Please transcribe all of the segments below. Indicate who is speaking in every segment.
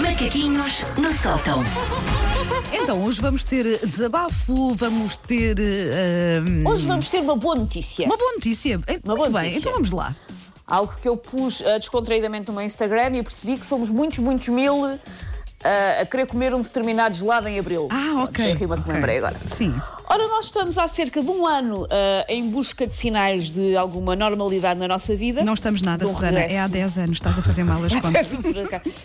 Speaker 1: Macaquinhos no sótão.
Speaker 2: Então, hoje vamos ter eh, desabafo, vamos ter. eh, ah,
Speaker 3: Hoje vamos ter uma boa notícia.
Speaker 2: Uma boa notícia. Eh,
Speaker 3: Uma
Speaker 2: Muito
Speaker 3: boa
Speaker 2: bem,
Speaker 3: notícia.
Speaker 2: então vamos lá.
Speaker 3: Algo que eu pus ah, descontraídamente no meu Instagram e eu percebi que somos muitos, muitos mil ah, a querer comer um determinado gelado em abril.
Speaker 2: Ah,
Speaker 3: Pronto,
Speaker 2: ok.
Speaker 3: este clima que
Speaker 2: ok.
Speaker 3: me lembrei agora.
Speaker 2: Sim.
Speaker 3: Ora, nós estamos há cerca de um ano ah, em busca de sinais de alguma normalidade na nossa vida.
Speaker 2: Não estamos nada,
Speaker 3: De um
Speaker 2: Susana. É há
Speaker 3: regresso.
Speaker 2: 10 anos, estás a fazer mal as contas.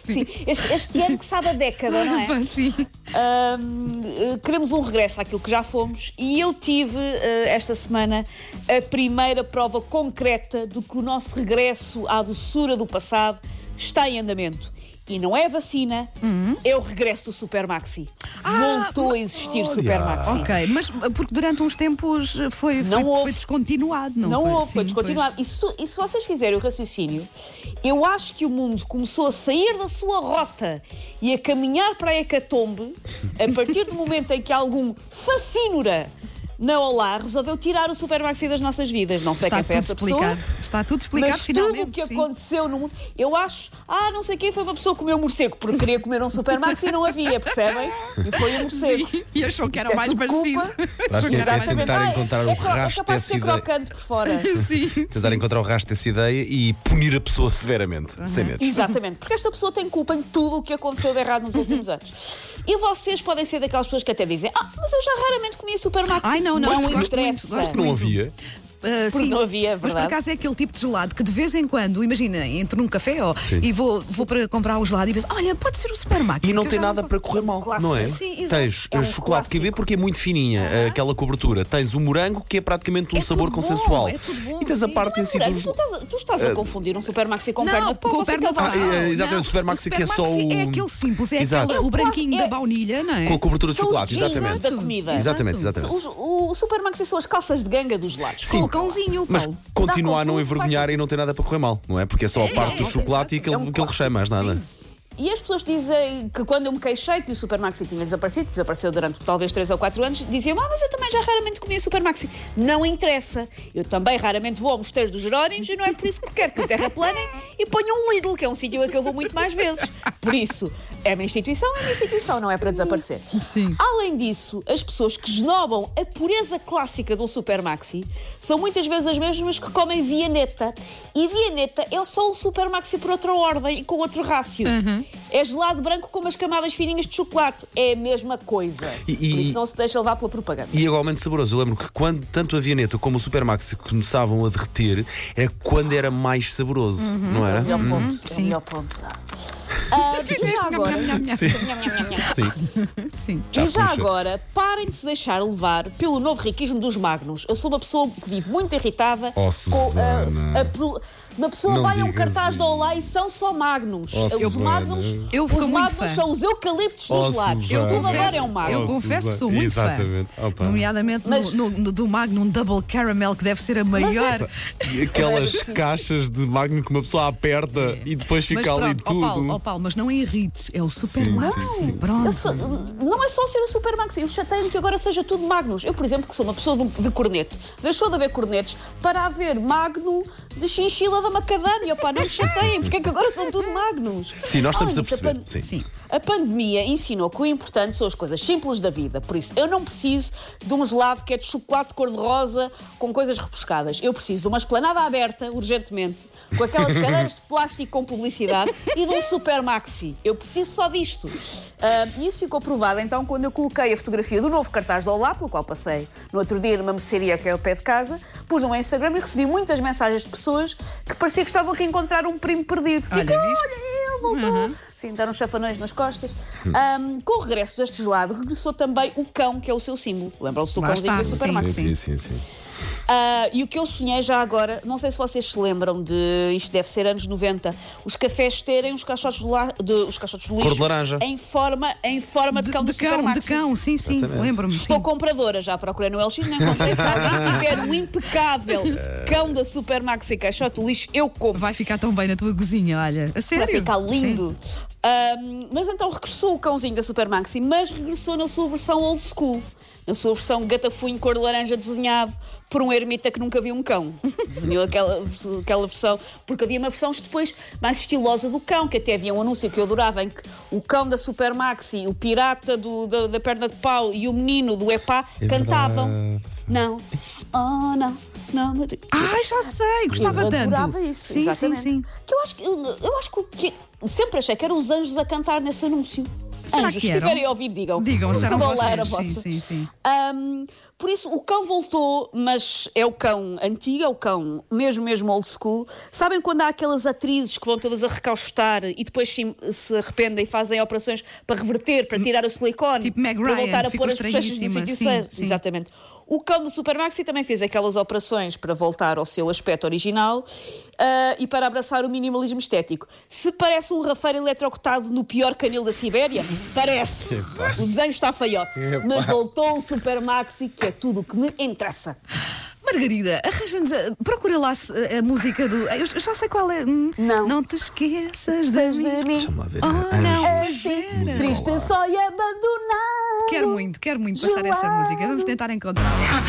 Speaker 3: Sim, este, este ano que sabe a década, não é?
Speaker 2: Pá, Sim.
Speaker 3: Ahm, eh, queremos um regresso àquilo que já fomos e eu tive eh, esta semana a primeira prova concreta de que o nosso regresso à doçura do passado está em andamento. E não é vacina, é o regresso do Supermaxi. Voltou a existir Supermaxi.
Speaker 2: Ok, mas ah, porque durante uns tempos eh, foi, foi,
Speaker 3: Não houve.
Speaker 2: foi descontinuado, não,
Speaker 3: Não
Speaker 2: foi? assim,
Speaker 3: houve, foi
Speaker 2: Sim,
Speaker 3: descontinuado. E se, tu- e se vocês fizerem o raciocínio, eu acho que o mundo começou a sair da sua rota e a caminhar para a hecatombe a partir do momento em que algum fascínora na Olá resolveu tirar o Supermaxi das nossas vidas. Não sei
Speaker 2: Está
Speaker 3: quem foi
Speaker 2: tudo
Speaker 3: essa
Speaker 2: explicado.
Speaker 3: pessoa.
Speaker 2: Está tudo explicado
Speaker 3: Mas tudo
Speaker 2: finalmente.
Speaker 3: o que
Speaker 2: sim.
Speaker 3: aconteceu no mundo, eu acho, ah, não sei quem foi uma pessoa que comeu um morcego, porque queria comer um Supermax e não havia, percebem? E foi um morcego.
Speaker 2: Sim, e achou que era
Speaker 3: Isto
Speaker 2: o
Speaker 3: é
Speaker 2: mais
Speaker 3: tudo
Speaker 2: parecido.
Speaker 3: culpa.
Speaker 2: Achou
Speaker 4: que é
Speaker 2: era o
Speaker 4: feito
Speaker 2: mais
Speaker 4: tentar
Speaker 3: Ah, é-
Speaker 4: encontrar o
Speaker 3: é, cro-
Speaker 4: rastro
Speaker 3: é capaz de ser
Speaker 4: dessa ideia.
Speaker 3: crocante por fora.
Speaker 2: parecido. Sim.
Speaker 4: Tentar encontrar o rastro dessa ideia e punir a pessoa severamente, sem medos.
Speaker 3: Exatamente, porque esta pessoa tem culpa em tudo o que aconteceu de errado nos
Speaker 2: Uhum.
Speaker 3: últimos anos. E vocês podem ser daquelas pessoas que até dizem: Ah, mas eu já raramente comi supermax.
Speaker 2: Ai, não, não,
Speaker 3: não
Speaker 2: eu gosto
Speaker 3: interessa.
Speaker 2: muito, gosto
Speaker 4: Não
Speaker 2: muito.
Speaker 4: havia.
Speaker 2: Ah,
Speaker 3: Porque
Speaker 2: sim,
Speaker 3: não havia, é
Speaker 2: Mas por
Speaker 3: verdade.
Speaker 2: acaso é aquele tipo de gelado que de vez em quando, imagina, entro num café ó, e vou, vou para comprar um gelado e penso, olha, pode ser o Supermax.
Speaker 4: E não
Speaker 2: que eu
Speaker 4: tem
Speaker 2: já
Speaker 4: nada
Speaker 2: vou-
Speaker 4: para correr mal,
Speaker 3: clássico.
Speaker 4: não é?
Speaker 2: Sim, exato.
Speaker 4: Tens
Speaker 3: É um
Speaker 4: o chocolate
Speaker 3: clássico.
Speaker 4: QB porque é muito fininha aquela cobertura. Tens o morango que é praticamente um
Speaker 2: É
Speaker 4: sabor
Speaker 2: tudo bom,
Speaker 4: consensual.
Speaker 2: é tudo bom,
Speaker 4: e tens a
Speaker 2: sim.
Speaker 4: parte em si
Speaker 3: Porém,
Speaker 4: dos.
Speaker 3: tu, estás, a- tu estás a confundir um supermaxi com perna
Speaker 2: Não,
Speaker 3: de pau.
Speaker 2: com
Speaker 3: você
Speaker 2: perna de
Speaker 3: acabou-
Speaker 2: pau.
Speaker 4: Ah, é,
Speaker 2: não.
Speaker 4: exatamente, o Supermaxi que é só
Speaker 2: Supermaxi é
Speaker 4: um-
Speaker 2: aquele simples, é
Speaker 4: Exato.
Speaker 2: aquele, o branquinho
Speaker 3: É-
Speaker 2: da baunilha, não é?
Speaker 4: Com a cobertura de
Speaker 3: São os
Speaker 4: chocolate,
Speaker 3: jeans
Speaker 4: exatamente.
Speaker 3: da comida.
Speaker 4: Exatamente,
Speaker 2: Exato.
Speaker 4: exatamente.
Speaker 3: Os- o supermaxi são as calças de ganga dos lados.
Speaker 2: Com o cãozinho,
Speaker 4: Mas
Speaker 2: Paulo.
Speaker 4: continuar a
Speaker 3: Dá com
Speaker 4: não
Speaker 3: tudo,
Speaker 4: envergonhar
Speaker 3: vai.
Speaker 4: e não tem nada para correr mal, não é? Porque é só a parte do chocolate e
Speaker 3: exato. É um
Speaker 4: aquele aquele recheio, mais nada.
Speaker 3: E as pessoas dizem que quando eu me queixei que o Supermaxi tinha desaparecido, que desapareceu durante talvez 3 ou 4 anos, diziam, ah, mas eu também já raramente comia Supermaxi. Não interessa. Eu também raramente vou ao Mosteiro dos Jerónimos e não é por isso que quero que o terraplanem e ponham um Lidl, que é um sítio a que eu vou muito mais vezes. Por isso, é uma instituição, é uma instituição, não é para desaparecer.
Speaker 2: Sim.
Speaker 3: Além disso, as pessoas que esnobam a pureza clássica de um supermaxi são muitas vezes as mesmas que comem vianeta. E vianeta é só um supermaxi por outra ordem e com outro rácio.
Speaker 2: Uhum.
Speaker 3: É gelado branco com umas camadas fininhas de chocolate. É a mesma coisa.
Speaker 4: E-
Speaker 3: por
Speaker 4: e-
Speaker 3: isso não se deixa levar pela propaganda.
Speaker 4: E é igualmente saboroso. Eu lembro que quando tanto a Vianeta como o Supermax começavam a derreter, era quando era mais saboroso, não era? Uhum.
Speaker 3: É o melhor ponto. É o
Speaker 2: sim.
Speaker 3: melhor ponto. Ah,
Speaker 2: Fizeste
Speaker 3: já
Speaker 2: nham,
Speaker 3: agora-
Speaker 2: nham, nham, nham.
Speaker 3: Nham, nham, nham, nham.
Speaker 4: Sim.
Speaker 2: Sim.
Speaker 4: Já
Speaker 3: e já
Speaker 4: Tá, puxa.
Speaker 3: agora, parem de se deixar levar pelo novo riquismo dos magnos. Eu sou uma pessoa que vive muito irritada
Speaker 4: Oh,
Speaker 3: ah,
Speaker 4: Susana.
Speaker 3: a pro- uma pessoa
Speaker 4: Não
Speaker 3: vai a um
Speaker 4: digas
Speaker 3: cartaz da
Speaker 4: isso.
Speaker 3: Olá e são só magnos. É,
Speaker 4: Oh,
Speaker 3: os
Speaker 4: Susana.
Speaker 3: magnos,
Speaker 2: Eu
Speaker 3: os
Speaker 2: sou muito
Speaker 3: magnos
Speaker 2: fã.
Speaker 3: são os eucaliptos
Speaker 4: Oh,
Speaker 3: dos lados.
Speaker 4: Susana.
Speaker 3: Tudo agora é um
Speaker 2: eu
Speaker 3: magno.
Speaker 2: confesso que sou
Speaker 4: Exatamente.
Speaker 2: muito
Speaker 4: Exatamente.
Speaker 2: fã.
Speaker 4: Opa.
Speaker 2: Nomeadamente no-
Speaker 3: Mas- é-
Speaker 2: no, no- do Magnum Double Caramel, que deve ser a maior.
Speaker 5: E aquelas caixas de magno que uma pessoa aperta e depois fica
Speaker 2: É. Mas
Speaker 5: ali
Speaker 2: pronto, ó
Speaker 5: tudo.
Speaker 2: Paulo, ó Paulo, mas não irrites, é o Supermaxi.
Speaker 3: Eu
Speaker 2: Pronto.
Speaker 3: sou- não é só ser o supermaxi. Eu chateio que agora seja tudo magnos. Eu, por exemplo, que sou uma pessoa de, de corneto. Deixou de haver cornetos para haver magno de chinchila da macadâmia. Pá, não me chateiem, porque é que agora são tudo magnos. é
Speaker 4: Sim, nós estamos
Speaker 3: Além
Speaker 4: a
Speaker 3: disso,
Speaker 4: perceber.
Speaker 3: pan-
Speaker 4: Sim.
Speaker 2: Sim.
Speaker 3: A pandemia ensinou que o importante são as coisas simples da vida. Por isso, eu não preciso de um gelado que é de chocolate cor-de-rosa com coisas repuscadas. Eu preciso de uma esplanada aberta, urgentemente, com aquelas cadeiras de plástico com publicidade e de um super maxi. Eu preciso só disto. Ah, E isso ficou provado, então, quando eu coloquei a fotografia do novo cartaz do Olá, pelo qual passei no outro dia numa mercearia que é ao pé de casa, pus no meu Instagram e recebi muitas mensagens de pessoas que parecia que estavam a reencontrar um primo perdido.
Speaker 2: Olha,
Speaker 3: Tipo,
Speaker 2: viste? Uhum.
Speaker 3: ele voltou. Sim, deram chafanões nas costas.
Speaker 4: Hum.
Speaker 3: Ahm, com o regresso deste gelado, regressou também o cão, que é o seu símbolo. Lembram-se do
Speaker 2: Lá está,
Speaker 3: cãozinho do Supermax?
Speaker 2: Sim.
Speaker 4: Sim, sim, sim.
Speaker 3: Ah, e o que eu sonhei já agora, não sei se vocês se lembram de, isto deve ser anos 90, os cafés terem os caixotes de, la- de- os caixotes de lixo
Speaker 4: de laranja.
Speaker 3: em forma, em forma de,
Speaker 2: De,
Speaker 3: cão
Speaker 2: de
Speaker 3: do
Speaker 2: cão, de
Speaker 3: é um Supermaxi.
Speaker 2: cão, sim, sim,
Speaker 4: Exatamente.
Speaker 2: lembro-me. sim.
Speaker 3: Estou compradora, já procurei no LX, não encontrei. Se alguém tiver um impecável cão da Supermax e caixote de lixo, eu compro.
Speaker 2: Vai ficar tão bem na tua cozinha, olha. A sério?
Speaker 3: Vai ficar
Speaker 2: Sim.
Speaker 3: lindo. Ahm, mas então regressou o cãozinho da Supermaxi, mas regressou na sua versão old school. na sua versão gatafunho cor de laranja desenhado por um ermita que nunca viu um cão. Desenhou aquela, aquela versão, porque havia uma versão depois mais estilosa do cão, que até havia um anúncio que eu adorava, em que o cão da Supermaxi, o pirata do- da, da perna de pau e o menino do Epá
Speaker 2: É
Speaker 4: É
Speaker 3: cantavam. Não, oh não, não me digas.
Speaker 2: Ai, Ah, já sei, gostava
Speaker 3: eu
Speaker 2: tanto.
Speaker 3: Adorava isso,
Speaker 2: sim, sim,
Speaker 3: exatamente.
Speaker 2: sim.
Speaker 3: Que eu acho que eu, eu acho que, o que- sempre achei que eram os anjos a cantar nesse anúncio.
Speaker 2: Será
Speaker 3: anjos,
Speaker 2: que
Speaker 3: se
Speaker 2: eram?
Speaker 3: estiverem a ouvir, digam.
Speaker 2: Digam, se
Speaker 3: Porque
Speaker 2: eram
Speaker 3: a bola era
Speaker 2: vocês.
Speaker 3: vossa.
Speaker 2: Sim, sim, sim.
Speaker 3: Ahm, por isso, o cão voltou, mas é o cão antigo, é o cão mesmo, mesmo old school. Sabem quando há aquelas atrizes que vão todas a recaustar e depois se, se arrependem e fazem operações para reverter, para tirar o silicone?
Speaker 2: Tipo Meg
Speaker 3: para
Speaker 2: Ryan,
Speaker 3: voltar a
Speaker 2: ficou
Speaker 3: pôr as bochechas no
Speaker 2: estranhíssima,
Speaker 3: sítio
Speaker 2: sim,
Speaker 3: certo.
Speaker 2: sim.
Speaker 3: Exatamente. Exatamente. O cão do Supermaxi também fez aquelas operações para voltar ao seu aspecto original ah, e para abraçar o minimalismo estético. Se parece um rafeiro eletrocutado no pior canil da Sibéria, parece. O desenho está feiote. Mas voltou o Supermaxi, que é tudo o que me interessa.
Speaker 2: Margarida, arranja-nos. a- Procura lá se- a, a música do. Eu eu já sei qual é. Hum,
Speaker 3: Não.
Speaker 2: Não te esqueças da
Speaker 3: De
Speaker 2: mim.
Speaker 3: mim, assim.
Speaker 4: Vamos lá ver. Ah,
Speaker 2: Oh,
Speaker 3: Ah,
Speaker 2: não.
Speaker 4: Anjos.
Speaker 2: Era.
Speaker 3: Triste só e abandonado.
Speaker 2: Quero muito, quero muito passar essa
Speaker 3: Gelado.
Speaker 2: música. Vamos tentar encontrá-la.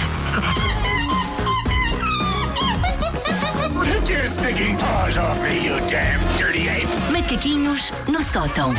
Speaker 1: Take your stinking paws off me, you damn dirty ape!
Speaker 6: Macaquinhos no sótão.